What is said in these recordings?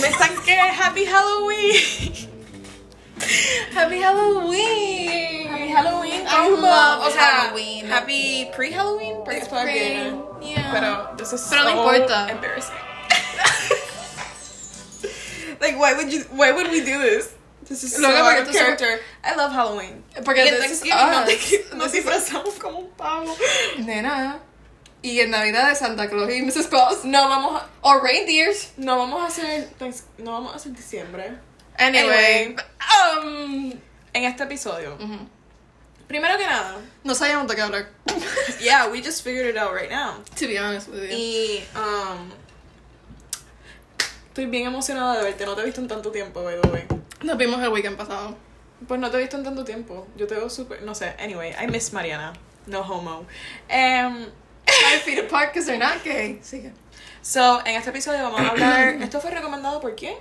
me están que Happy Halloween. Happy Halloween. Happy Halloween. I combo. love o sea, Halloween. Happy pre-Halloween, porque It's todavía pre- no. yeah. Pero this is Pero no so importa. embarrassing. like why would you why would we do this? This is Loca so porque out tu of character. character. I love Halloween. Porque Y this en is Thanksgiving no te- us. nos disfrazamos como un pavo. Nena. Y en Navidad de Santa Claus y Mrs. Claus. No vamos a O reindeers. no vamos a hacer Thanks- no vamos a hacer diciembre. Anyway. Anyway, en este episodio, Mm-hmm. primero que nada, No sabíamos de qué hablar. yeah, we just figured it out right now. To be honest with you. Y um, estoy bien emocionada de verte. No te he visto en tanto tiempo, by the way. Nos vimos el weekend pasado. Pues no te he visto en tanto tiempo. Yo te veo súper. No sé. Anyway, I miss Mariana. No homo. Em, Five feet apart because they're not gay. Sigue. so, en este episodio vamos a hablar. ¿Esto fue recomendado por quién?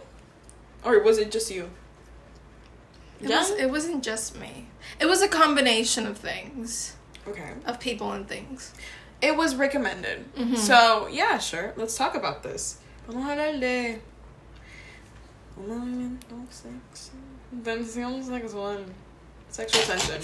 Or was it just you? It, Yeah? was, it wasn't just me. It was a combination of things, Okay. of people and things. It was recommended. So, yeah, sure. Let's talk about this. Vamos a hablar de. Woman, no sex. Tensión sexual. Sexual tension.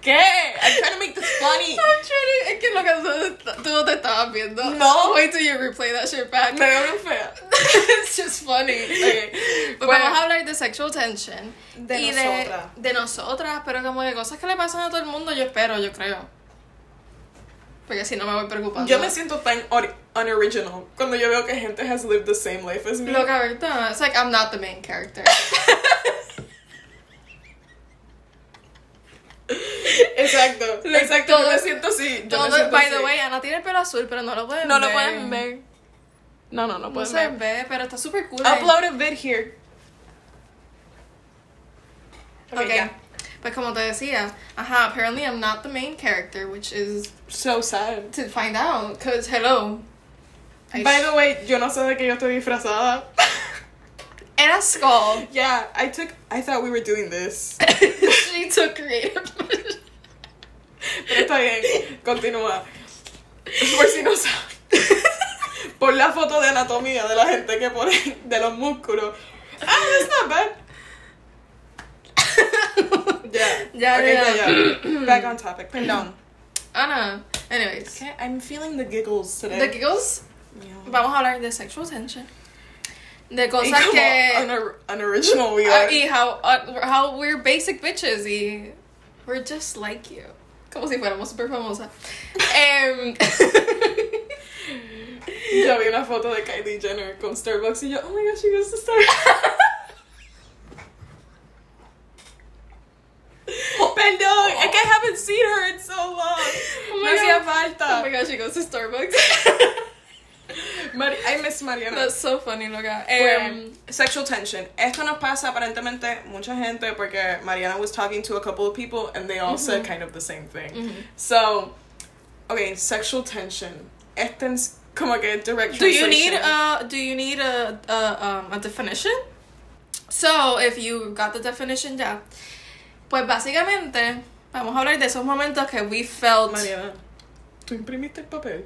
¿Qué? I'm trying to make this funny. I'm trying to. Es que lo que tú- tú no te estabas viendo. No. Wait till you replay that shit back. Me veo bien fea. it's just funny. Okay. Pues Bueno. vamos a hablar de sexual tension. De y nosotras. De, de nosotras, pero como de cosas que le pasan a todo el mundo, yo espero, yo creo. Porque si no me voy preocupando. Yo me siento tan ori- unoriginal cuando yo veo que gente has lived the same life as me. Loca, ¿verdad? It's like I'm not the main character. Exacto, exacto. yo todo- me siento así. Yo me Todo- siento by the así. way, Ana tiene el pelo azul, pero no lo pueden no ver. lo pueden ver. No, no, no No pueden se ver. ve, pero está súper cool. eh. Upload a vid here. Ok, yeah. Pues como te decía, ajá, apparently I'm not the main character, which is So sad. to find out, cause hello. I By sh- the way, yo no sé de qué yo estoy disfrazada. Era Skull. yeah, I took. I thought we were doing this. she took creative measures. Pero está bien, continúa. Por si no sabes. Pon la foto de anatomía de la gente que pone de los músculos. Ah, that's not bad. Yeah. Ya, okay, ya. yeah, yeah. Back on topic. Perdón. Ana, anyways. Okay, I'm feeling the giggles today. The giggles, Yeah. vamos a hablar de sexual tension. De Y cosas como ah, que. unor- unoriginal we Ah, are. y how, uh, how we're basic bitches y. We're just like you. Como si fuéramos super famosas. Em, Yo vi una foto de Kylie Jenner con Starbucks y yo, oh my gosh, she goes to Starbucks. Perdón, es que I haven't seen her in so long. Oh Me my hacía God. falta. oh my gosh, she goes to Starbucks. Mari- I miss Mariana. That's so funny, loca. Bueno, Em, Um, sexual tension. Esto nos pasa aparentemente mucha gente porque Mariana was talking to a couple of people and they all said kind of the same thing. So, okay, sexual tension. Es tens- como que direct Do you need a translation. do you need a a, um, a definition? So, if you got the definition ya. Pues básicamente vamos a hablar de esos momentos que we felt Mariana, ¿tú imprimiste el papel?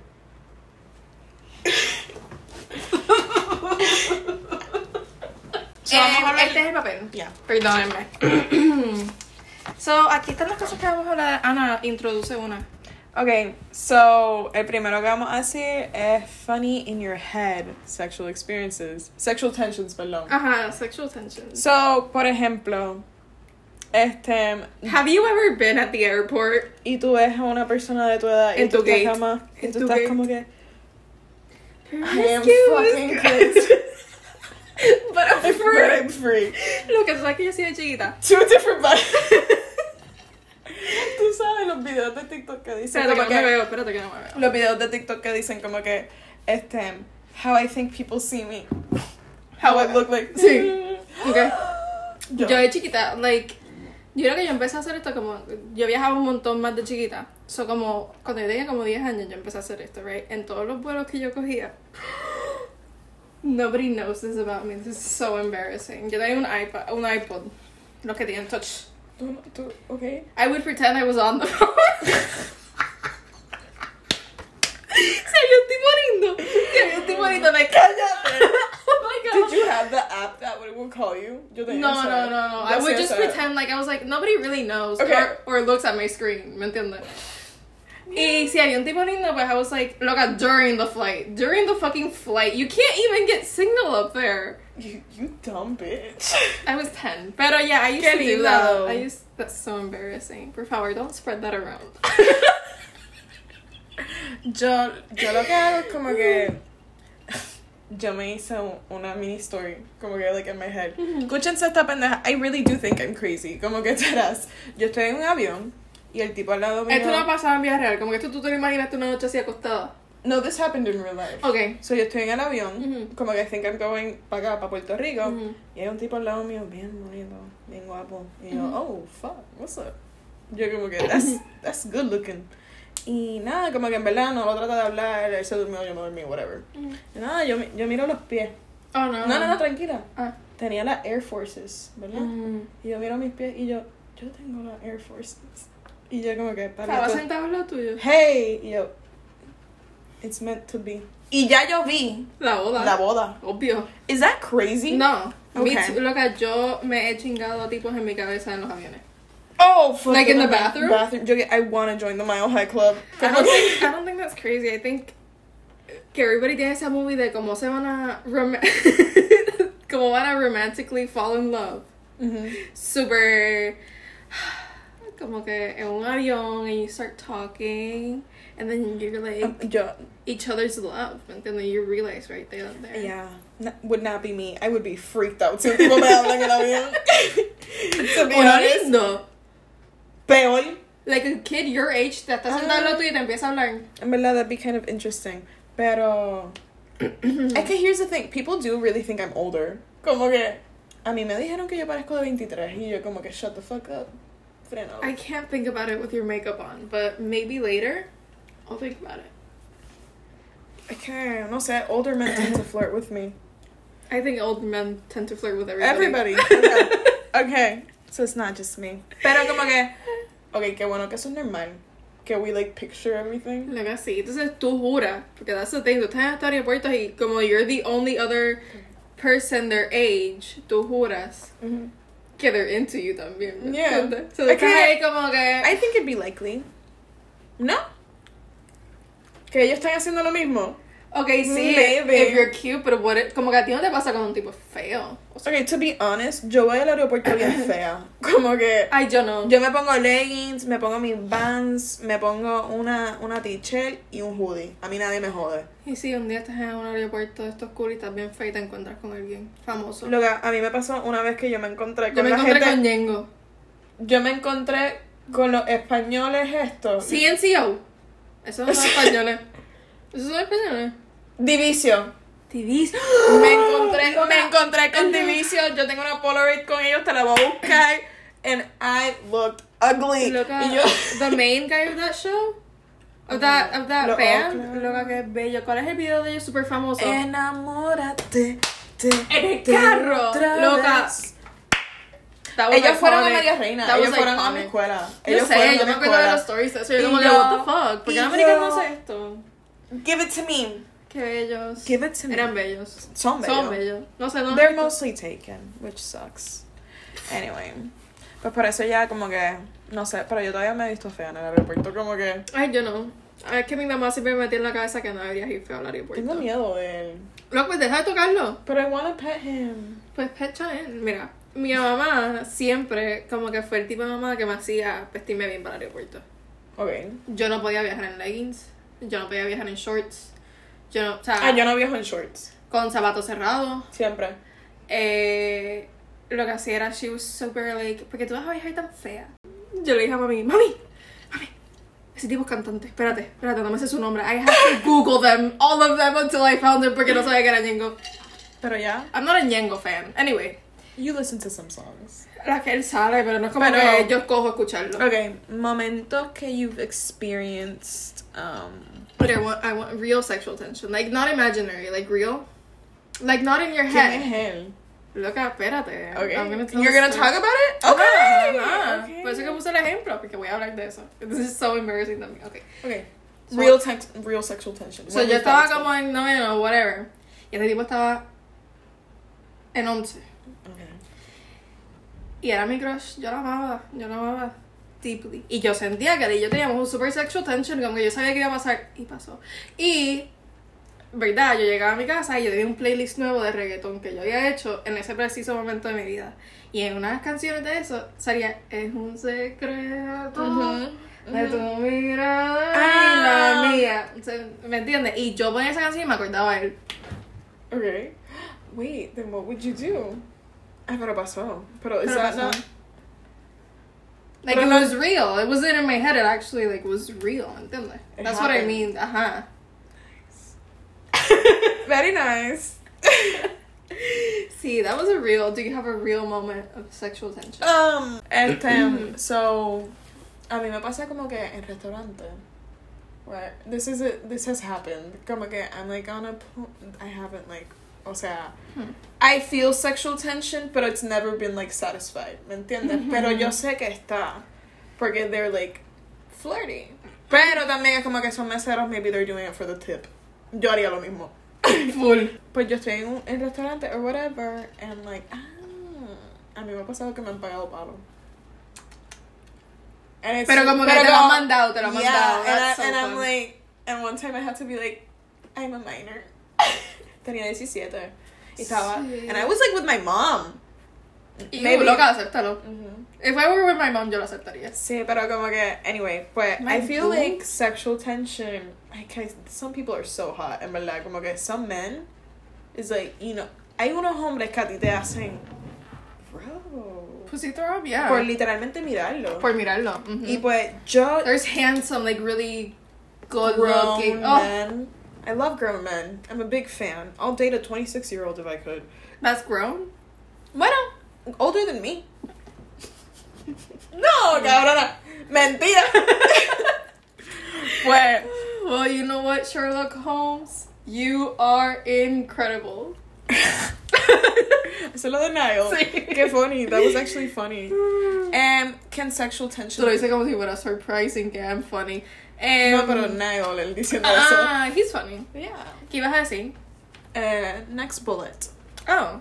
So, Eh, vamos a hablar- este es el papel. Yeah. Perdónenme. so, aquí están las cosas que vamos a hablar. Ana, introduce una. Okay, so el primero que vamos a hacer es funny in your head sexual experiences, sexual tensions, perdón. Ajá, sexual tension. So, por ejemplo, este, Have you ever been at the airport? y tú ves a una persona de tu edad y En tú tu estás gate. cama, y En tú tu estás gate. como que I am fucking Promiscuous. But I'm but free. I'm free. Lo que pasa es que yo soy de chiquita. Two different bodies. tú sabes los videos de TikTok que dicen Espérate que como no me que veo, espérate que no me veo. los videos de TikTok que dicen como que este how I think people see me. How I look like. Sí. Okay. Yo. Yo de chiquita, like, yo creo que yo empecé a hacer esto como, yo viajaba un montón más de chiquita. So, como, cuando yo tenía como 10 años, yo empecé a hacer esto, right? En todos los vuelos que yo cogía. Nobody knows this about me. This is so embarrassing. Yo tenía un iPod, un iPod, los que tienen touch. Tú- tú- okay. I would pretend I was on the phone. Se yo estoy muriendo. Se yo estoy muriendo. Like, Cállate. oh my Did you have the app that would, would call you? You're the No, answer. no, no, no. I That's would the just answer. pretend like I was like nobody really knows Okay. or, or looks at my screen, ¿me entiendes? Y si había un tipo lindo, but I was like, loca, during the flight, during the fucking flight, you can't even get signal up there. You, you dumb bitch. I was ten, but yeah, I used Qué to do lindo. that. I used that's so embarrassing. Por favor, don't spread that around. yo, yo lo que hago es como que. Yo me hice un- una mini story, como que, like, in my head. Escúchense esta pendeja. I really do think I'm crazy. Como que, serás. Yo estoy en un avión y el tipo al lado mío. Esto no ha pasado en vida real, como que esto tú te lo imaginaste una noche así acostada. No, this happened in real life. Okay. So yo estoy en el avión, Ujú. como que I think I'm going para acá, para Puerto Rico. Ujú. Y hay un tipo al lado mío, bien bonito, bien guapo. Y yo, Ujú. oh, fuck, what's up? Yo como que, that's, that's good looking. Y nada, como que en verdad no lo trata de hablar, él se durmió, yo me dormí, whatever. Ujú. Y nada, yo, mi- yo miro los pies. Oh no. No, no, no, tranquila. Ah. Tenía las Air Forces, ¿verdad? Mm. Y yo miro mis pies y yo, yo tengo las Air Forces. Y yo como que, para Estaba sentado al lado tuyo. Hey, y yo, it's meant to be. Y ya yo vi La boda. la boda. Obvio. Is that crazy? No, me Okay. too, loca, yo me he chingado a tipos en mi cabeza en los aviones. Oh, fuck. Like in the bathroom? Bathroom. Yo, I want to join the Mile High Club. I don't think, I don't think that's crazy. I think que everybody tiene esa movie de cómo se van a rom- cómo van a romantically fall in love. Mhm. Super como que en un avión and you start talking and then you're like Um, yo, each other's love and then you realize right there and there. yeah, N- would not be me. I would be freaked out too. People me hablan en avión. to be Uno honest, lindo. peor. Like a kid your age te Ah. estás sentado al lado tuyo y te empieza a hablar. En verdad, that'd be kind of interesting. Pero, Hmm. es que here's the thing. People do really think I'm older. Como que, a mí me dijeron que yo parezco de 23. Y yo como que, shut the fuck up. Freno. I can't think about it with your makeup on, but maybe later I'll think about it. I can't. No sé, older men tend to flirt with me. I think old men tend to flirt with everybody. Everybody. Okay. okay. So it's not just me. Pero como que. Okay, qué bueno que eso es normal. Que we like picture everything. Look, I see. Entonces tú juras, porque that's the thing, tú estás en estos aeropuertos y como you're the only other person their age, tú juras que they're into you también. ¿me Yeah. entiendes? So estás Okay. ahí como que... I think it'd be likely. No. Que ellos están haciendo lo mismo. okay, sí, Maybe. if you're cute, pero what it- como que a ti no te pasa con un tipo feo. Okay, to be honest, yo voy al aeropuerto bien fea. Como que. Ay, yo no. Yo me pongo leggings, me pongo mis vans, me pongo una, una t-shirt y un hoodie. A mí nadie me jode. Y si un día estás en un aeropuerto de estos cool y estás bien fea y te encuentras con alguien famoso. Lo que a mí me pasó una vez que yo me encontré con yo me la encontré gente. con Yengo. Yo me encontré con los españoles estos. CNCO. Esos no son españoles. Esos son españoles. Divicio. Divis. Me encontré, Loca. me encontré con Divicio. Yo tengo una Polaroid con ellos, te la voy a buscar. And I looked ugly. Loca, Y yo. the main guy of that show. Of that, of that Lo- oh, band. claro. Eh, Loca, que es bello. ¿Cuál es el video de ellos súper famoso? Enamórate. Te, En el te carro, otra loca. vez. That was Ellos fueron a iconic. Media Reina. That was Ellos fueron a mi iconic. escuela. Yo Ellos sé, fueron a yo mi me acuerdo de los escuela. stories de eso. Yo Y como que, yo- what the fuck? ¿Por y qué la americana no yo- hace esto? Give it to me. Qué bellos. Give it to me. Eran bellos. Son Son bellos. bellos. No sé, no. They're mostly taken, which sucks. Anyway. Pues por eso ya como que, no sé, pero yo todavía me he visto fea en el aeropuerto, como que Ay, yo no. Es que mi mamá siempre me metía en la cabeza que no deberías ir feo al tengo aeropuerto. miedo de él. Loco, pues deja de tocarlo. Pero I wanna pet him. Pues pecha él. Mira, mi mamá siempre como que fue el tipo de mamá que me hacía vestirme bien para el aeropuerto. Ok. Yo no podía viajar en leggings, yo no podía viajar en shorts, yo no, o sea, Ah, yo no viajo en shorts. con zapatos cerrados. Siempre. Eh, lo que hacía era, she was super like, porque tú vas a viajar tan fea. Yo le dije a mami, mami, mami, ese tipo es cantante, espérate, espérate, no me sé su nombre. I had to Google them, all of them, until I found them, porque no sabía que era Ñengo. Pero ya. I'm not a Ñengo fan. Anyway, You listen to some songs. la que él sale, pero no es como Pero- que yo cojo escucharlo. Okay. Momentos que you've experienced. Um, But I want, I want real sexual tension, like not imaginary, like real, like not in your ¿Quién head. es él? Loca, espérate. Okay. I'm gonna tell You're the gonna story. talk about it? Ajá, Okay. ajá. okay. Por eso que puse el ejemplo, porque voy a hablar de eso. This is so embarrassing también. Okay. Okay. So- real, tex- real sexual tension. So When yo we estaba felt it. como en noveno, whatever. Y este tipo estaba en 11. Y era mi crush, yo la amaba, yo la amaba deeply. Y yo sentía que él y yo teníamos un super sexual tension, como que yo sabía que iba a pasar, y pasó. Y, verdad, yo llegaba a mi casa y yo tenía un playlist nuevo de reggaetón que yo había hecho en ese preciso momento de mi vida. Y en unas canciones de eso salía, es un secreto. De tu mirada y Ah. la mía. O sea, ¿Me entiendes? Y yo ponía esa canción y me acordaba de él. Okay. Wait, then what would you do? Ay, pero pasó. Pero, is Pero that pasó. not- Like Pero it no- was real. It wasn't in my head. It actually like was real. ¿Entiendes? It That's what I happened. mean. Ajá. Very nice. See, that was a real. Do you have a real moment of sexual tension? um, este, so, a mí me pasa como que en restaurante. Right. This is it. This has happened. Como que I'm like on a. pl- I haven't like. O sea, Hmm. I feel sexual tension, but it's never been like satisfied. ¿Me entiendes? Pero yo sé que está. Porque they're like flirty. Pero también es como que son meseros, maybe they're doing it for the tip. Yo haría lo mismo. Full. Pues yo estoy en un en restaurante or whatever, and like, ah, a mí me ha pasado que me han pagado palo. And it's- Pero como que te lo han mandado, te lo han yeah, mandado. And, I, That's so and I'm fun. like, and one time I had to be like, I'm a minor. Tenía 17. Y estaba, Sí. and I was like with my mom. Y Maybe- Mm-hmm. loca, acéptalo. Ujú. If I were with my mom, yo lo aceptaría. Sí, pero como que, anyway, pues, My I feel boobs? like sexual tension, like, I- some people are so hot, en verdad, como que some men, is like, you know, hay unos hombres que a ti te hacen, bro, Pussy throb, yeah. por literalmente mirarlo. Por mirarlo. ujú. y pues, yo, There's handsome, like really good grown looking. Oh, men, I love grown men, I'm a big fan, I'll date a 26 year old if I could. that's grown. Bueno, older than me. No, cabrona, mentira. pues... Well, you know what, Sherlock Holmes, you are incredible. Se lo de Niall. Sí. Qué funny. That was actually funny. Um, can sexual tension... Se lo dice como si fuera surprising que I'm funny. Em, No, pero Niall, él diciendo eso. Ah, he's funny. Yeah. ¿Qué ibas a decir? Uh, next bullet. Oh.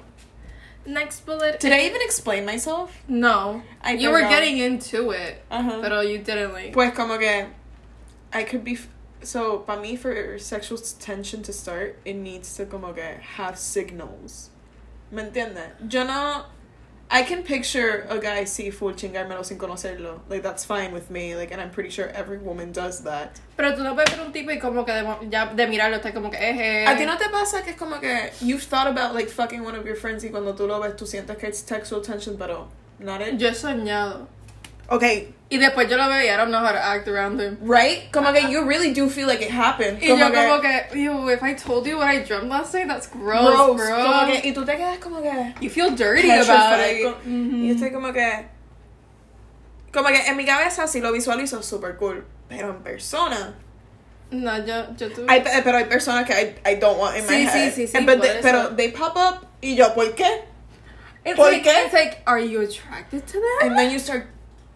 Next bullet. Did I even explain myself? No. I you were forgot. getting into it, Uh-huh. pero you didn't like. Pues como que... I could be... F- so, para mí, for sexual tension to start, it needs to como que have signals. ¿Me entiendes? Yo no... I can picture a guy see full chingármelo sin conocerlo. Like, that's fine with me. Like, and I'm pretty sure every woman does that. Pero tú no puedes ver un tipo y como que de, mo- ya de mirarlo está como que eje. ¿A ti no te pasa que es como que you've thought about like fucking one of your friends y cuando tú lo ves tú sientes que it's sexual tension pero not it? Yo he soñado. Okay, Y después yo lo veo y I don't know how to act around him. right? Como que you really do feel like it happened. Y yo como que, ew, if I told you what I dreamt last night, that's gross, gross, bro. como que y tú te quedas como que you feel dirty about petrified, it. co- y yo estoy como mm-hmm. que como que en mi cabeza sí lo visualizo super cool, pero en persona No, yo, yo tuve... hay, pe- pero hay personas que I, I don't want in my Sí, sí, head. sí, sí, And but por they- eso. pero they pop up y yo ¿por qué? It's ¿Por like, qué? it's like, are you attracted to that? And then you start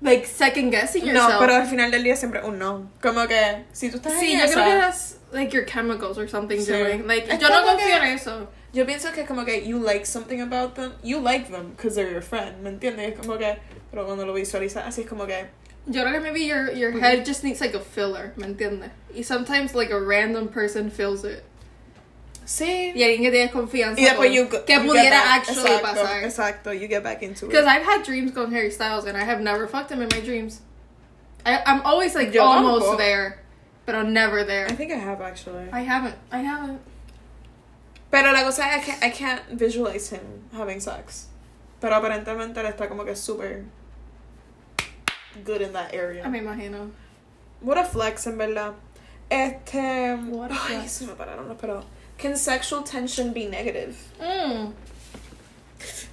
like second guessing No, yourself. pero al final del día siempre un no. Como que si tú estás sí, en yo esa- creo que that's like your chemicals or something Sí. doing. Like Es yo no como que- confío en eso. yo pienso que como que you like something about them, you like them because they're your friend, ¿me entiendes? Es como que pero cuando lo visualizas así es como que Yo creo que maybe your your head just needs like a filler, ¿me entiendes? Y sometimes like a random person fills it. sí. Y alguien que tienes confianza Y después con- you go- que you get pudiera back- actually exacto, pasar. Exacto, you get back into Because it. I've had dreams con Harry Styles and I have never fucked him in my dreams. I, I'm always like Yo almost tampoco. there, but I'm never I there. think I have actually. I haven't. I haven't. Pero la cosa es que I can't visualize him having sex. Pero aparentemente él está como que super good in that area. I me imagino. What a flex, en verdad. Este. What a ay, flex. se me pararon los pelos. Can sexual tension be negative? Mm.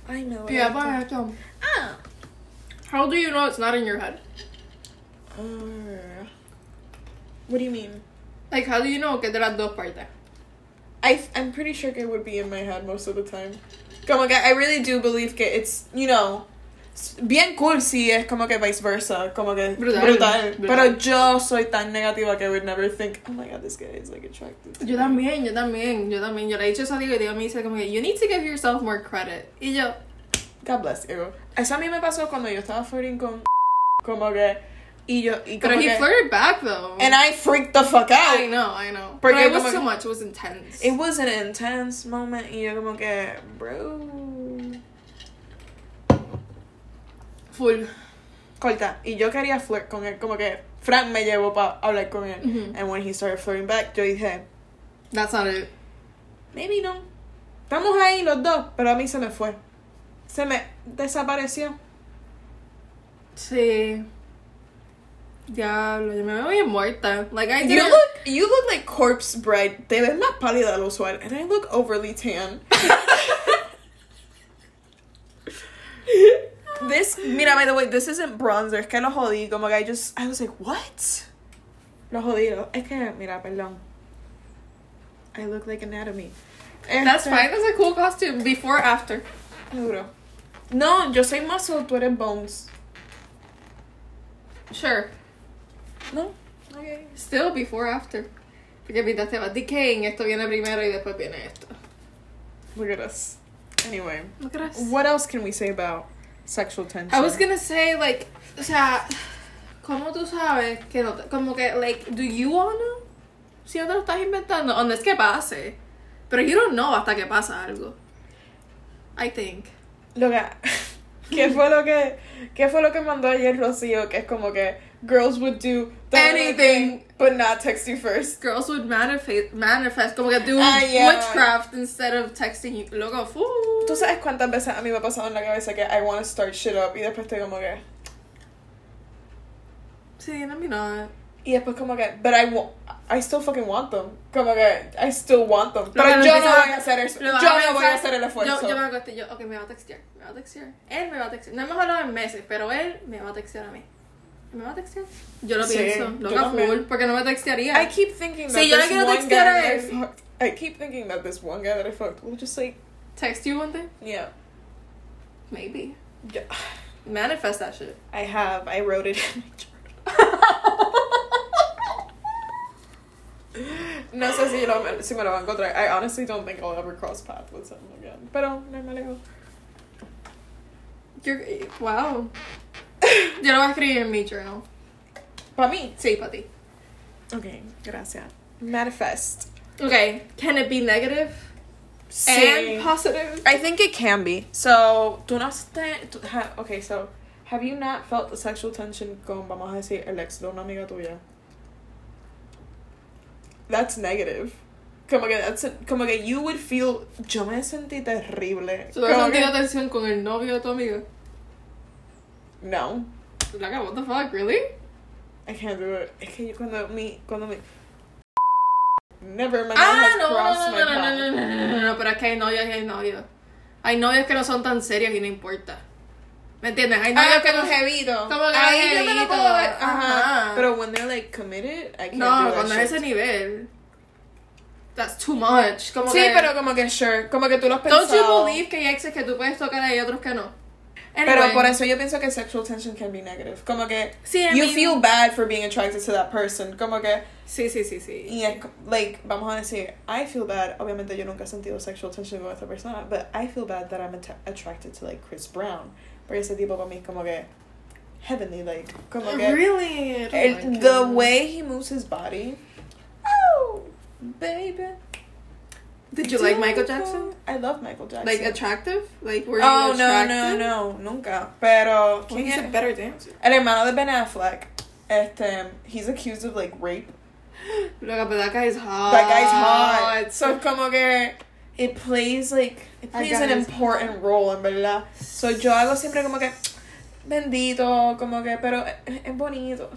I know. Yeah, but um, Ah. how do you know it's not in your head? Uh, what do you mean? Like, how do you know que de las dos partes? I, I'm pretty sure it would be in my head most of the time. Como que I really do believe que it's, you know, bien cool si es como que viceversa, como que Brutal. brutal. Brutal. Pero yo soy tan negativa que would never think, oh my god, this guy is like attracted. to Yo me." también, yo también, yo también. Yo le he dicho eso a Diego y Diego me dice como que you need to give yourself more credit. Y yo, God bless you. Eso a mí me pasó cuando yo estaba flirting con como que y yo y pero como he que- flirted back though. and I freaked the fuck out. I know, I know. Porque Pero it was como too que- much, it was intense. It was an intense moment y yo como que, bro. Full. Corta. Y yo quería flirt con él, como que Frank me llevó para hablar con él. Ujú. And when he started flirting back, yo dije, That's not it. Maybe no. Estamos ahí los dos, pero a mí se me fue. Se me desapareció. Sí. Diablo, yo me veo bien muerta. Like, I You didn't... look, you look like corpse bride. Te ves más pálida de lo usual. And I look overly tan. this, mira, by the way, this isn't bronzer. Es que lo jodí. Como que I just, I was like, what? Lo jodí. lo- Es que, mira, perdón. I look like anatomy. That's Este- fine, that's a cool costume. Before, after. Seguro. No, yo soy muscle, tú eres bones. Sure. No. Okay. Still before, after. Porque mientras te vas decaying, esto viene primero y después viene esto. Look at us. Anyway, Look at us. what else can we say about sexual tension? I was gonna say, like, o sea, ¿cómo tú sabes que no te, como que, like, do you wanna? Si no te lo estás inventando, donde es que pase. Pero you don't know hasta que pasa algo. I think. Loca, ¿qué fue lo que qué fue lo que mandó ayer Rocío? Que es como que girls would do Anything. but not text you first. Girls would manifest, manifest como que do Ah, yeah. witchcraft instead of texting you. Loco, fool. ¿Tú sabes cuántas veces a mí me ha pasado en la cabeza que I want to start shit up y después estoy como que Sí, no, me not. y después como que but I want I still fucking want them. Como que I still want them. Lo Pero que yo no empezaba- voy a hacer eso. Yo lo vas no voy pensar- a hacer el esfuerzo. Yo, yo me acosté, yo, ok, me va a textear, me va a textear. Él me va a textear. No hemos hablado en meses, pero él me va a textear a mí. ¿Me va a textear? Yo lo Sí, pienso, yo loca también. full, porque no me I textearía. keep thinking that Sí, yo le this quiero one textear guy that a I él. fucked. I keep thinking that this one guy that I fucked will just like, Text you one day? yeah, Maybe. yeah. Manifest that shit. I have. I wrote it. in my journal. No sé si, lo, si me lo va a encontrar. I honestly don't think I'll ever cross path with him again. Pero no me alejo. You're, wow. Yo lo voy a escribir en mi journal. Para mí. Sí, para ti. Okay, gracias. Manifest. Okay, can it be negative and And pos- positive? I think it can be. So, tú no has te- tú- ha- okay, so, have you not felt the sexual tension con, vamos a decir, el ex de una amiga tuya? That's negative. Como que, that's como que you would feel, yo me sentí terrible. ¿Tú has Como que- sentido tensión con el novio de tu amiga? no. Like, what the fuck, really? I can't do it. Es que yo cuando mi, cuando mi... Never my mind Ah, has no, crossed no, no, my no, path. no, no, no, no, no, no, pero es que hay novios y hay novios. Hay novios que no son tan serios y no importa. ¿Me entiendes? Hay novios Ah, que como no jevito. como que Ahí yo me jevito, lo puedo ver. Ajá. ajá. Pero when they're like committed, I can't do No, that cuando es shit. ese nivel. That's too much. Como Sí, que, pero como que sure, como que tú lo has Don't pensado. you believe que hay exes que tú puedes tocar y hay otros que no? Pero Anyway. por eso yo pienso que sexual tension can be negative. Como que Sí, I you mean- feel bad for being attracted to that person. Como que Sí, sí, sí, sí. y es co- like vamos a decir, I feel bad. Obviamente yo nunca he sentido sexual tension con esta persona, but I feel bad that I'm atta- attracted to like Chris Brown. Porque ese tipo para mí es como que heavenly like, como que Really? Oh I don't el- like the him. way he moves his body. Oh, baby. Did you like Michael Jackson? I love Michael Jackson. Like attractive? Like were you Oh, no, attracted? no, no, nunca. Pero, Well, he's a ¿quién es? better dancer. El hermano de Ben Affleck, este, he's accused of like rape. Look, but that guy's hot. That guy's hot. So Ah, So, como que, it plays like, it That plays guy an is important role, en verdad. So, yo hago siempre como que, bendito, como que, pero es es bonito.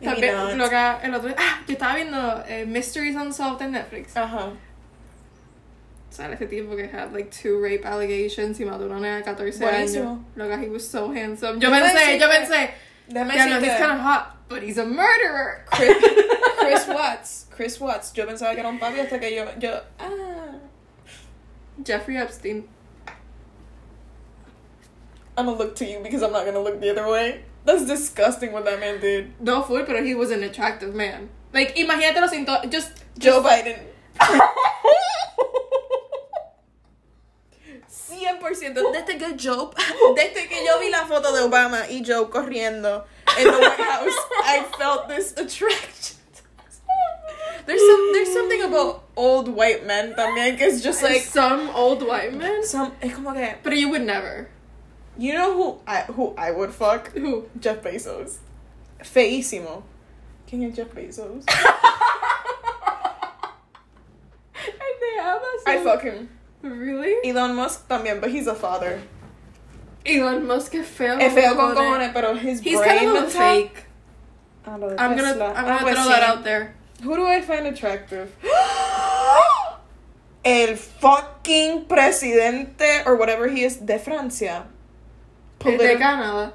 Y Tal vez, mira, loca, el otro día, ah, yo estaba viendo eh, Mysteries Unsolved en Netflix. Ajá. Sale este tipo que had like two rape allegations y mató a una nena de 14 años. Buenísimo. Loca, he was so handsome. Yo Yo pensé, pensé yo que- pensé, Déjame ya no, he's decirte, kind of hot, but he's a murderer. Chris, Chris Watts, Chris Watts. Yo pensaba que era un papi hasta que yo, yo, ah. Jeffrey Epstein. I'm gonna look to you because I'm not gonna look the other way. That's disgusting what that man did. No full, pero he was an attractive man. Like, imagínatelo sin todo. Just. Joe Biden. 100% desde que Joe desde que yo vi la foto de Obama y Joe corriendo in the White House I felt this attraction there's some there's something about old white men también que it's just Like, like some old white man. some es como que But you would never. you know who I who I would fuck Who? Jeff Bezos feísimo ¿quién es Jeff Bezos? And they have us. I fuck him Really? Elon Musk también but he's a father Elon Musk es feo. es feo con cojones. cojones pero his He's brain kind of a on top- fake. Ah, lo de I'm gonna, Tesla. I'm Ah, gonna pues throw sí. that out there. Who do I find attractive? El fucking presidente or whatever he is de Francia. El de Politi- Canadá.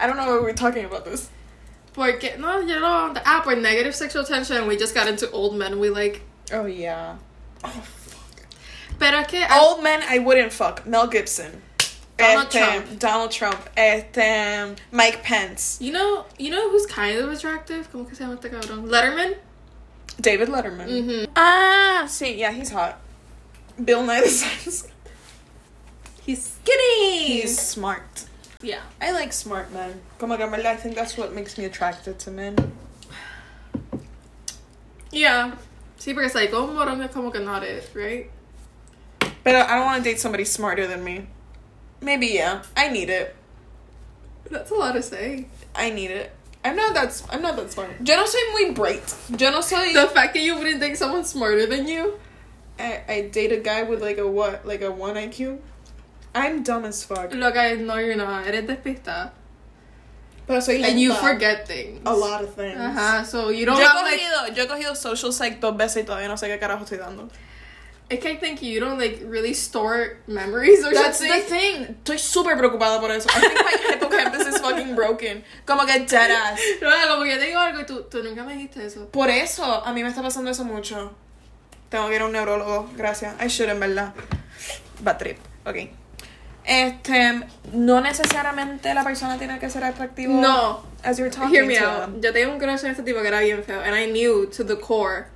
I don't know why we're talking about this. Porque, no, yo no. Ah, por negative sexual tension, we just got into old men. We like. Oh yeah. Pero es que. Oh, Old men I wouldn't fuck. Mel Gibson. Donald Este, Trump. Donald Trump. Este, Mike Pence. You know, you know who's kind of attractive? ¿Cómo que se llama este cabrón? Letterman. David Letterman. Mm-hmm. Ah, see, yeah, he's hot. Bill Nye the Science. He's skinny. He's smart. yeah. I like smart men. Como que en verdad, I think that's what makes me attracted to men. Yeah. Sí, porque like, un morón es como que not it, right? But I don't want to date somebody smarter than me. Maybe, yeah. I need it. That's a lot to say. I need it. I'm not that. s- I'm not that smart. Yo no soy muy bright. Yo no soy. The fact that you wouldn't think someone's smarter than you. I, I date a guy with like a what? Like a one IQ. I'm dumb as fuck. Look, I know you're not. Eres despista. Pero soy And you lenta. forget things. a lot of things. Uh-huh. So you Yo don't he have like cogido, yo he cogido social psych dos veces y todavía no sé qué carajo estoy dando. It's I think you don't like really store memories or That's the something. thing. Estoy súper preocupada por eso. I think my hippocampus is fucking broken. Como que dead ass. No, era como que yo te digo algo y tú, tú nunca me dijiste eso. Por eso, a mí me está pasando eso mucho. Tengo que ir a un neurólogo, gracias. I should, en verdad. Bad trip. Ok. Este, no necesariamente la persona tiene que ser atractivo. No. As you're talking Hear me to out. them. Yo tenía un crush en este tipo que era bien feo. And I knew to the core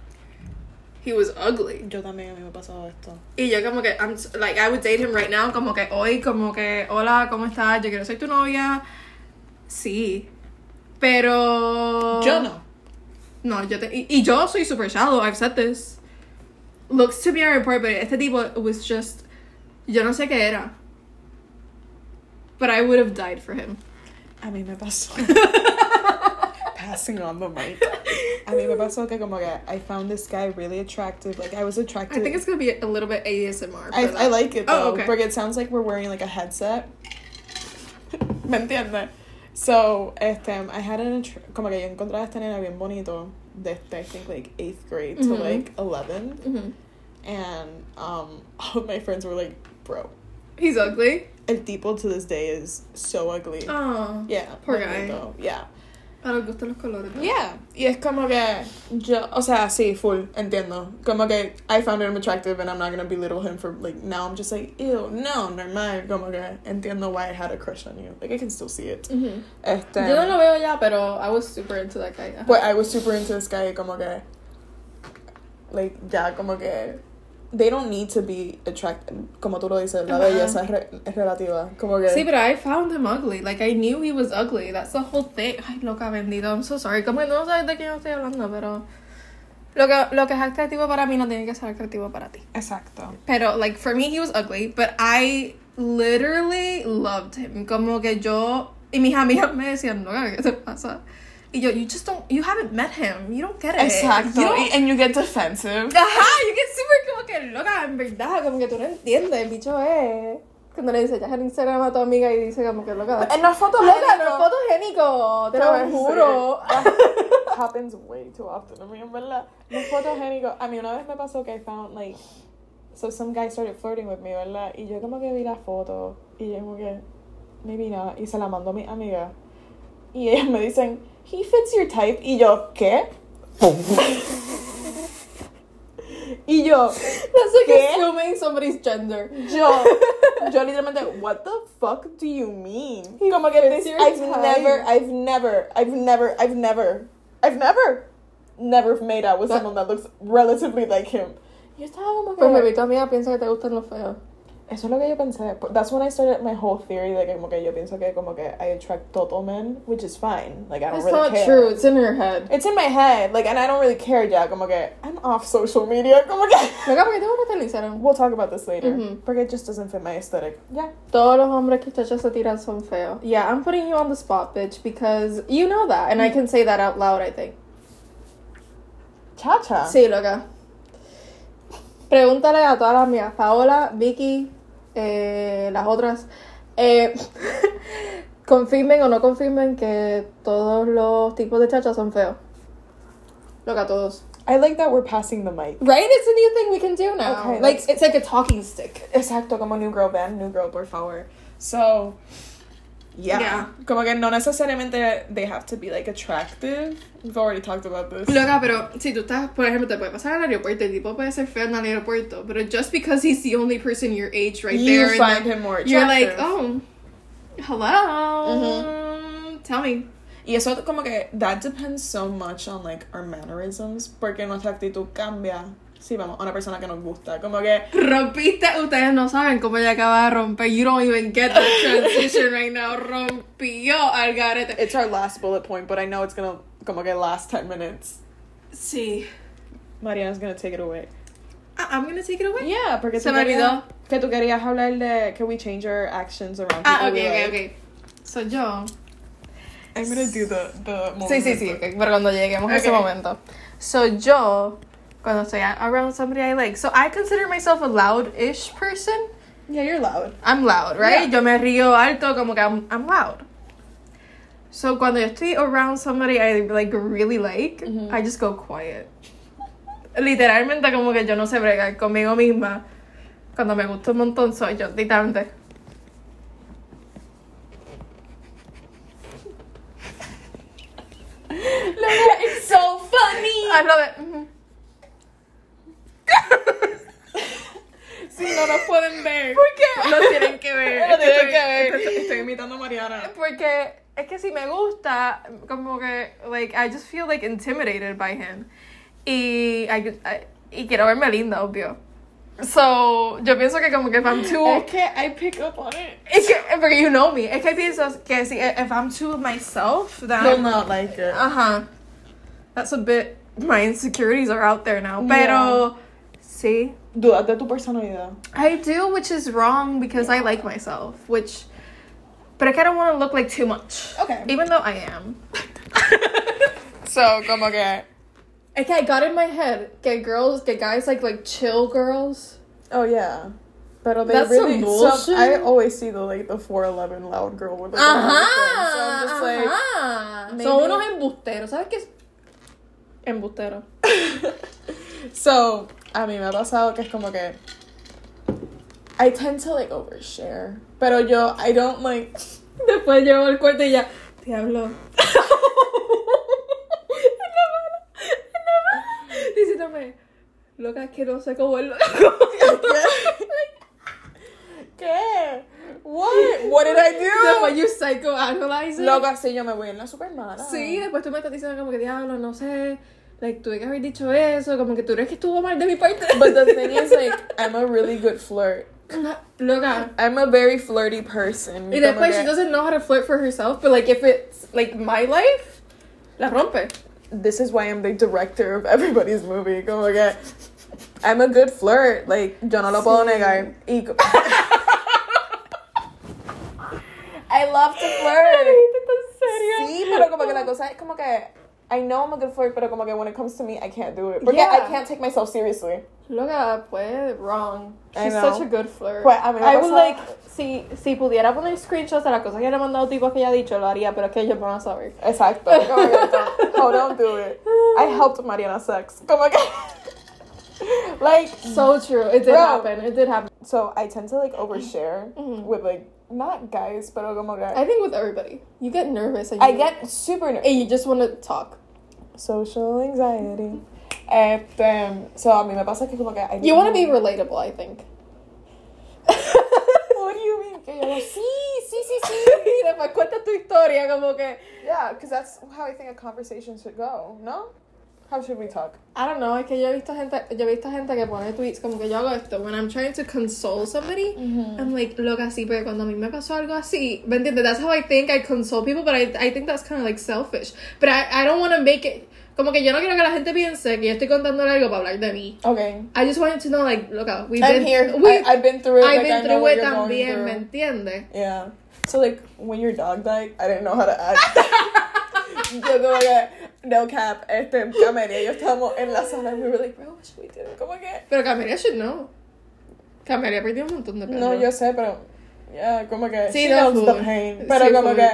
he was ugly. Yo también a mí me ha pasado esto. Y yo como que, I'm, s- like, I would date him right now. Como que hoy, como que, hola, ¿cómo estás? Yo quiero ser tu novia. Sí. Pero... Yo no. No, yo te, y, y yo soy super shallow, I've said this. Looks to me are important, but este tipo was just. Yo no sé qué era. But I would have died for him. A mí me pasó. Passing on the mic. A mí me pasó que como que I found this guy really attractive. Like I was attracted. I think it's gonna be a little bit ASMR. for I, that. I like it though, Oh, okay. but it sounds like we're wearing like a headset. ¿Me entiendes? So, este, I had an, attr- como que yo encontraba esta nena bien bonito, desde, I think, like, 8th grade to, Mhm. like, 11. Mhm. And, um, all of my friends were like, bro, He's ugly. el tipo to this day is so ugly. Oh. yeah. poor maldito, Yeah. A los gustan los colores. ¿no? Yeah. Y es como que, yo, o sea, sí, full, entiendo. Como que I found him attractive and I'm not gonna belittle him for, like, now I'm just like, ew, no, normal. Como que entiendo why I had a crush on you. Like, I can still see it. Mhm. Este, Yo no lo veo ya, pero I was super into that guy. ajá. But I was super into this guy, como que, like, ya, como que, they don't need to be attracted, como tú lo dices, la Ajá. belleza es, re- es relativa. Como que, Sí, but I found him ugly. Like, I knew he was ugly. That's the whole thing. Ay, loca, bendito. I'm so sorry. Como que no sabes de qué yo estoy hablando, pero... Lo que, lo que es atractivo para mí no tiene que ser atractivo para ti. exacto. Pero, like, for me he was ugly, but I literally loved him. Como que yo... Y mis amigas me decían, no, ¿qué te pasa? Y yo, you just don't... You haven't met him. You don't get it. Exacto. You don't- Y- and you get defensive. Ajá, you get super como que loca, en verdad, como que tú no entiendes, el bicho es. Cuando le dices, ya en Instagram a tu amiga y dice como que loca. En las fotos, Loca, no género. es fotogénico, te lo juro. eh. That happens way too often. I mean, ¿verdad? Los fotogénicos. A mí una vez me pasó que I found, like, so some guy started flirting with me, ¿verdad? Y yo como que vi la foto y yo como que, maybe not. Y se la mandó a mi amiga. Y ellas me dicen, he fits your type. Y yo, ¿qué? Y yo, That's like ¿Qué? assuming somebody's gender. yo, yo literalmente, what the fuck do you mean? Como que fits this, your I've type. never, I've never, I've never, I've never, I've never, never made out with But- someone that looks relatively like him. Yo estaba como que, Pues me vi tu amiga piensa que te gustan los feos. Eso es lo que yo pensé. But That's when I started my whole theory de que como que yo pienso que como que I attract total men, which is fine. Like I don't That's really not care. true. It's in her head. It's in my head, like, and I don't really care, ya. Como que I'm off social media. Como que Loca, ¿por qué te gusta que te lo hicieron? we'll talk about this later, Mhm. porque it just doesn't fit my aesthetic. Yeah. Todos los hombres que chachas se tiran son feos. Yeah, I'm putting you on the spot, bitch, because you know that. And I can say that out loud, I think. Cha cha. Sí, loca. Pregúntale a todas las mías, Paola, Vicky, eh, las otras, eh, confirmen o no confirmen que todos los tipos de chachas son feos. Loca, todos. I like that we're passing the mic. Right? It's a new thing we can do now. Okay, like, that's- it's like a talking stick. Exacto, como New Girl Band, New Girl, por favor. So, yeah. Yeah. Como que no necesariamente they have to be, like, attractive. We've already talked about this. Loca, pero si tú estás, por ejemplo, te puede pasar al aeropuerto, el tipo puede ser feo en el aeropuerto, pero just because he's the only person your age right you there, and find him more attractive. you're like, oh, hello, tell me. Y eso como que that depends so much on like our mannerisms porque nuestra actitud cambia si vamos a una persona que nos gusta como que Rompiste, ustedes no saben cómo ella acaba de romper. You don't even get the transition right now. Rompió al garete. it's our last bullet point but I know it's gonna como que last 10 minutes Sí. Mariana's gonna take it away I- Ah, I'm gonna take it away. yeah porque Se tú me querías- olvidó. que tú querías hablar de can we change our actions around Ah, people ok, we ok, like. ok. So yo. I'm gonna do the the Sí, sí, sí, ok, pero cuando lleguemos a ese Ok. momento. So yo, cuando estoy a- around somebody I like, so I consider myself a loud-ish person. yeah you're loud I'm loud, right? Yeah. Yo me río alto, como que I'm, I'm loud. So cuando yo estoy around somebody I like really like, I just go quiet. Literalmente como que yo no sé bregar conmigo misma. Cuando me gusta un montón soy yo, literalmente. it's so funny I love it. Mhm. si no nos pueden ver ¿Por qué? Lo tienen que ver. Lo tienen Estoy- que ver. estoy- Estoy- estoy imitando a Mariana Porque es que si me gusta, como que, like, I just feel, like, intimidated by him. Y, I- I- y quiero verme linda, obvio. So, yo pienso que como que if I'm too... okay I pick up on it Es que, porque you know me. Es que pienso que si, if I'm too myself, then... will not like it Ajá. That's a bit... My insecurities are out there now. Pero, sí. Dudas de tu personalidad. I do, which is wrong because I like myself, which... But I don't want to look like too much. Okay. Even though I am. So, como que. Okay, I got in my head. Get girls, get guys like like chill girls. Oh, yeah. Pero they That's some really. bullshit. I always see the like the 411 loud girl with the. So I'm just like. Son maybe- unos embusteros, ¿sabes qué es? Embustero. so, a mí me ha pasado que es como que. I tend to like overshare. Pero yo, I don't like. Después llevo el cuarto y ya. Te hablo. Diciéndome, loca, que no sé cómo es lo- ¿Qué? What? What did I do? Después you psychoanalyze it. Loca, sí, yo me voy en la super mala. Sí, después tú me estás diciendo como que diablo, no sé. Like, tuve que haber dicho eso, como que tú crees que estuvo mal de mi parte. But the thing is, like, I'm a really good flirt. Loca. I'm a very flirty person. Y Como después que- she doesn't know how to flirt for herself, but like if it's like my life, la rompe. this is why I'm the director of everybody's movie. Como que, I'm a good flirt. Like, yo no lo puedo Sí. negar. Y co- I love to Sí, pero como que la cosa es como que, I know I'm a good flirt, pero como que when it comes to me, I can't do it. Porque Yeah. I can't take myself seriously. Loca, pues, wrong. I She's know. such a good flirt. Pues, a mí me I ha would pasado- like, si, si pudiera poner screenshots de las cosas que le he mandado tipos que ella ha dicho, lo haría, pero es que ellos van a saber. Exacto. Como que, don't, oh, don't do it. I helped Mariana sex. Como que, like, So true. It did Bro. happen. It did happen. so I tend to like overshare Mhm. with like, not guys, pero como que, I think with everybody, you get nervous and you, Eh, I get super nervous. and you just want to talk. Social anxiety. Este, so a mí me pasa que como que... I You don't want to be know. relatable, I think. What do you mean? Que yo no sé. Sí, sí, sí, sí. Y después cuenta tu historia, como que. Yeah, because that's how I think a conversation should go, no? How should we talk? I don't know, es que yo he visto gente, yo he visto gente que pone tweets como que yo hago esto. When I'm trying to console somebody, I'm like, loca, sí, pero cuando a mí me pasó algo así, ¿me entiendes? That's how I think I console people, but I, I think that's kind of like selfish. But I, I don't want to make it, como que yo no quiero que la gente piense que yo estoy contándole algo para hablar de mí. Okay. I just wanted to know, like, loca, we've I'm been here. we- I, I've been through it. I've like, been I know through what it you're going también, through. ¿me entiendes? Yeah. So like when your dog died, I didn't know how to act. yo como que no cap, este en cámara y yo estábamos en la sala and we were like, bro, what should we do? Como que Pero Camelia should know. Camelia perdió un montón de peso. no, yo sé, pero yeah, como que Sí, she no, knows the full. pain, Sí, pero como full. que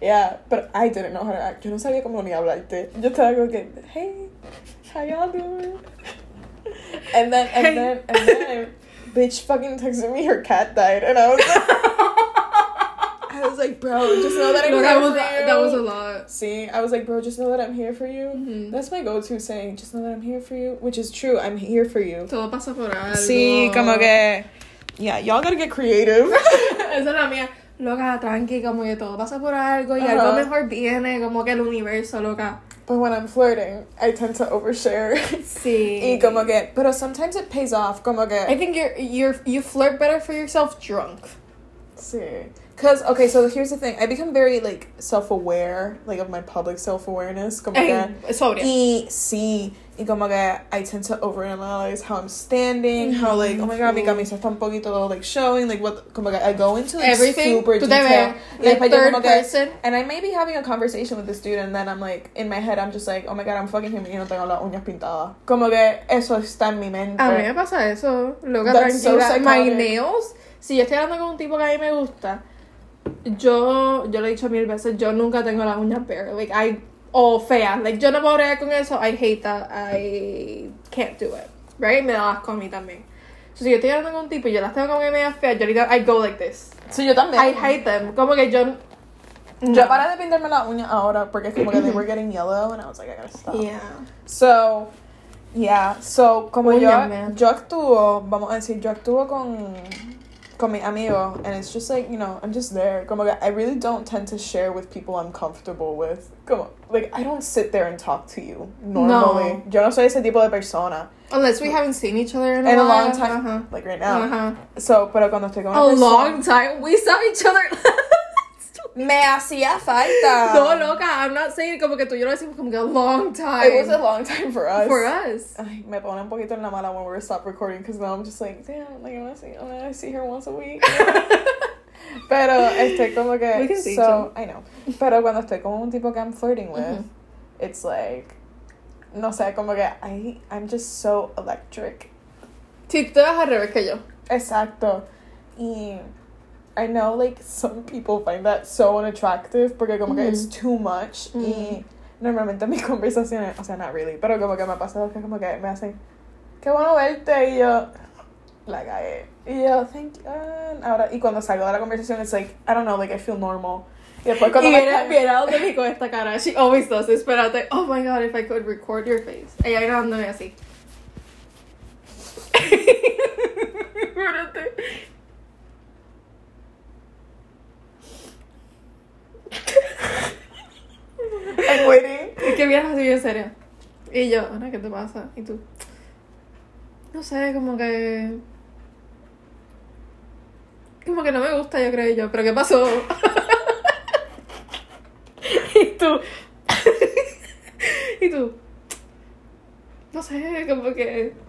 yeah, but I didn't know how to act. Yo no sabía cómo ni hablarte. Yo estaba como que hey, how y'all doing? And then and Hey. then and then bitch fucking texted me her cat died and I was like I was like, bro, just know that I'm No, here that was for you. that was a Mm-hmm. lot. See, I was like, bro, just know that I'm here for you. That's my go-to saying, just know that I'm here for you, which is true. I'm here for you. Todo pasa por algo. See, como que, yeah, y'all gotta get creative. Esa es la mía. Loca, tranqui, como que todo pasa por algo y Ajá. algo mejor viene, como que el universo, loca. but when I'm flirting, I tend to overshare. Sí. y como que, pero sometimes it pays off. Como I que, think you're, you're, you flirt better for yourself drunk. see, cause okay, so here's the thing. I become very like self-aware, like of my public self-awareness. Como que. Ey, Sobria. Y sí, y como que I tend to overanalyze how I'm standing, Mm-hmm. how like, oh my god, mi camisa está un poquito like showing, like what, como que I go into like Everything, super tú te detail. ves, Y después like yo third como que- person. and I may be having a conversation with this dude and then I'm like, in my head I'm just like, oh my god, I'm fucking him y no tengo las uñas pintadas. Como que eso está en mi mente. A mí me pasa eso, loca, Pues, That's so tranquila. My psychotic. nails, si yo estoy hablando con un tipo que a mí me gusta, yo, yo lo he dicho mil veces, yo nunca tengo las uñas bare, like, I, o feas, like, yo no puedo bregar con eso, I hate that, I can't do it, right, me da asco a mí también. So, si yo estoy hablando con un tipo y yo las tengo como que medio feas, yo ahorita, I go like this, So yo también. I hate them, como que yo, Yo para de pintarme las uñas ahora porque es como que they were getting yellow and I was like, I gotta stop. yeah. So, yeah, so como Uña, yo, man. yo actúo, vamos a decir, yo actúo con, con mis amigos, and it's just like, you know, I'm just there. Como que I really don't tend to share with people I'm comfortable with. Como, like, I don't sit there and talk to you normally. Yo no soy ese tipo de persona. Unless we haven't seen each other in a, In a while. long time, Ajá. like right now. Ajá. So, pero cuando estoy con una A persona- long time. We saw each other last Me hacía falta. No, loca, I'm not saying como que tú y yo lo decimos como que a long time. It was a long time for us. for us. Ay, me pone un poquito en la mala when we're stop recording because now I'm just like, damn, like I'm gonna see, I'm gonna see her once a week. Pero estoy como que We can see so I know. Pero cuando estoy con un tipo que I'm flirting with, it's like no sé, como que I I'm just so electric. Sí, tú te vas al revés que yo. Exacto. Y I know like some people find that so unattractive porque como que it's too much y normalmente mis conversaciones, o sea, not really, pero como que me ha pasado que como que me hacen qué bueno verte y yo la cagué. Y yo thank you. ah, Ahora y cuando salgo de la conversación it's like I don't know, like I feel normal. Y después cuando y me viene, viene a donde me con esta cara. She always does this. Pero I'm like, oh my god, if I could record your face. Ella grabándome así. Espérate. I'm waiting. Es que vienes así en serio. Y yo, Ana, ¿qué te pasa? Y tú, no sé, como que. Como que no me gusta, yo creo. Y yo, ¿pero qué pasó? y tú, y tú, no sé, como que.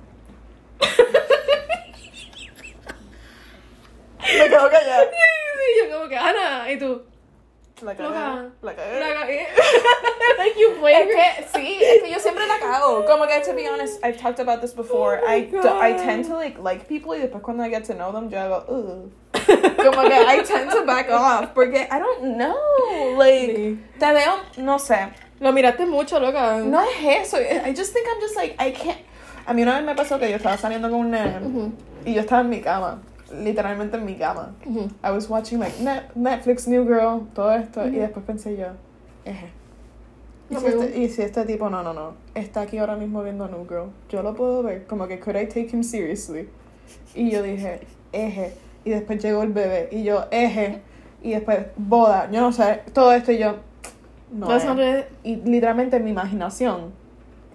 Me quedo callada. Y yo, como que, Ana, y tú, La Loca. cagué. La cagué. la cagué. like you played Es que, sí, es que yo siempre la cago. Como que, to be honest, I've talked about this before. Oh my I, d- I God. tend to like like people y después cuando I get to know them, yo hago, "Ugh." Como que I tend to back off porque I don't know. Like, te veo, no sé. Lo miraste mucho, loca. No es eso. I just think I'm just like, I can't. A mí una vez me pasó que yo estaba saliendo con un nene y yo estaba en mi cama. Literalmente en mi cama. Ujú. I was watching like Net- Netflix, New Girl, todo esto. Y después pensé yo, eje. Y si, este, y si este tipo, no, no, no, está aquí ahora mismo viendo New Girl, yo lo puedo ver, como que, could I take him seriously? Y yo dije, eje. Y después llegó el bebé, y yo, eje. Y después, boda, yo no sé, todo esto, y yo, no. That's eh. not it. Y literalmente mi imaginación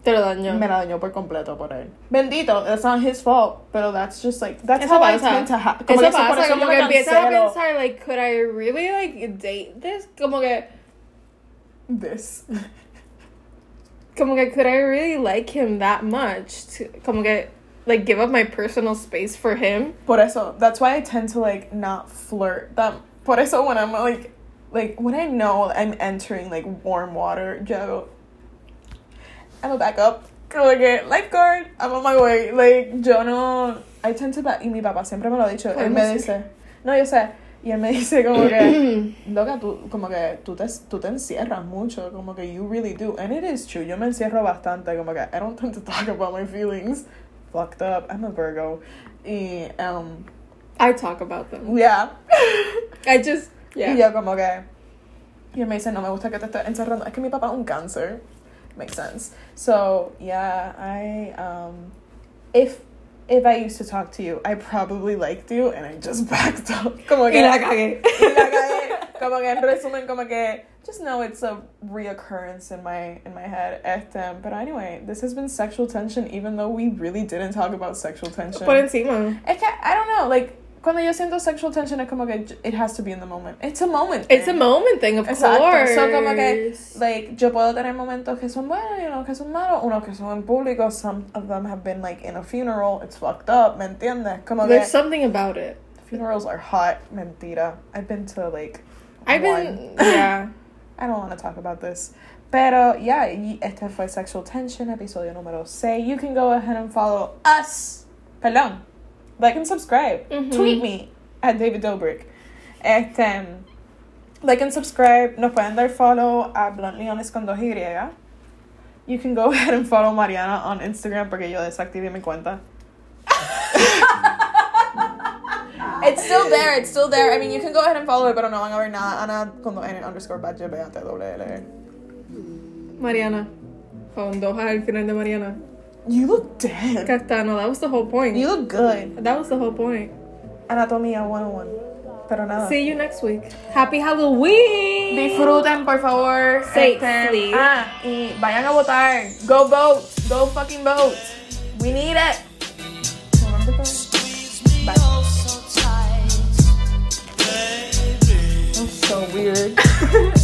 Te lo daño. me la dañó por completo por él. Bendito, that's not his fault, pero that's just like, that's Eso how pasa. it's meant to happen. Eso pasa, como que empiezas a pensar. pensar, like, could I really, like, date this? Como que, This. como que, could I really like him that much? To- como que, like, give up my personal space for him? Por eso, that's why I tend to like not flirt that. Por eso when I'm like, like when I know I'm entering like warm water, yo, I'm a backup. Como que, lifeguard, I'm on my way. Like, yo no, I tend to, ba- y mi papá siempre me lo ha dicho, él me Podemos- dice, no, yo sé, y él me dice como que, loca, tú, como que tú te, tú te encierras mucho, como que you really do, and it is true, yo me encierro bastante, como que I don't tend to talk about my feelings, fucked up, I'm a Virgo, y, um, I talk about them. yeah. I just, yeah. Y yo como que... Y él me dice, no me gusta que te estés encerrando. Es que mi papá es un cáncer. Makes sense. So, yeah, I... Um, if... If I used to talk to you, I probably liked you and I just backed up. Como que, Y la cagué. y la cagué. Como que en resumen, como que just know it's a reoccurrence in my in my head. Este, but anyway, this has been sexual tension, even though we really didn't talk about sexual tension. Por encima. Es que, I don't know, like, cuando yo siento sexual tension es como que j- it has to be in the moment. It's a moment. It's a thing. moment thing, of Exacto. course. So, como que, like, yo puedo tener momentos que son buenos y unos que son malos, unos que son en público. Some of them have been, like, in a funeral. It's fucked up, ¿me entiendes? Como que, There's something about it. funerals are hot. Mentira. I've been to, like, I've one. been, yeah. I don't want to talk about this. Pero, yeah, y este fue Sexual Tension, episodio número 6. You can go ahead and follow us. Perdón. Like and subscribe. Mm-hmm. Tweet me at David Dobrik. Este, like and subscribe. Nos pueden dar follow a Bluntly Honest con dos Y. You can go ahead and follow Mariana on Instagram porque yo desactivé mi cuenta. It's still there, it's still there. I mean, you can go ahead and follow it, pero no van a ver nada. Ana con dos N underscore badge, B A T W L E. Mariana. Con dos al final de Mariana. You look dead. Castano, that was the whole point. You look good. that was the whole point. Anatomía 101. Pero nada. See you next week. Happy Halloween! Disfruten, por favor. Safely. Ah, y vayan a votar. Go vote. Go fucking vote. We need it. Remember that? squeeze me Bye. oh so tight, baby. That's so weird.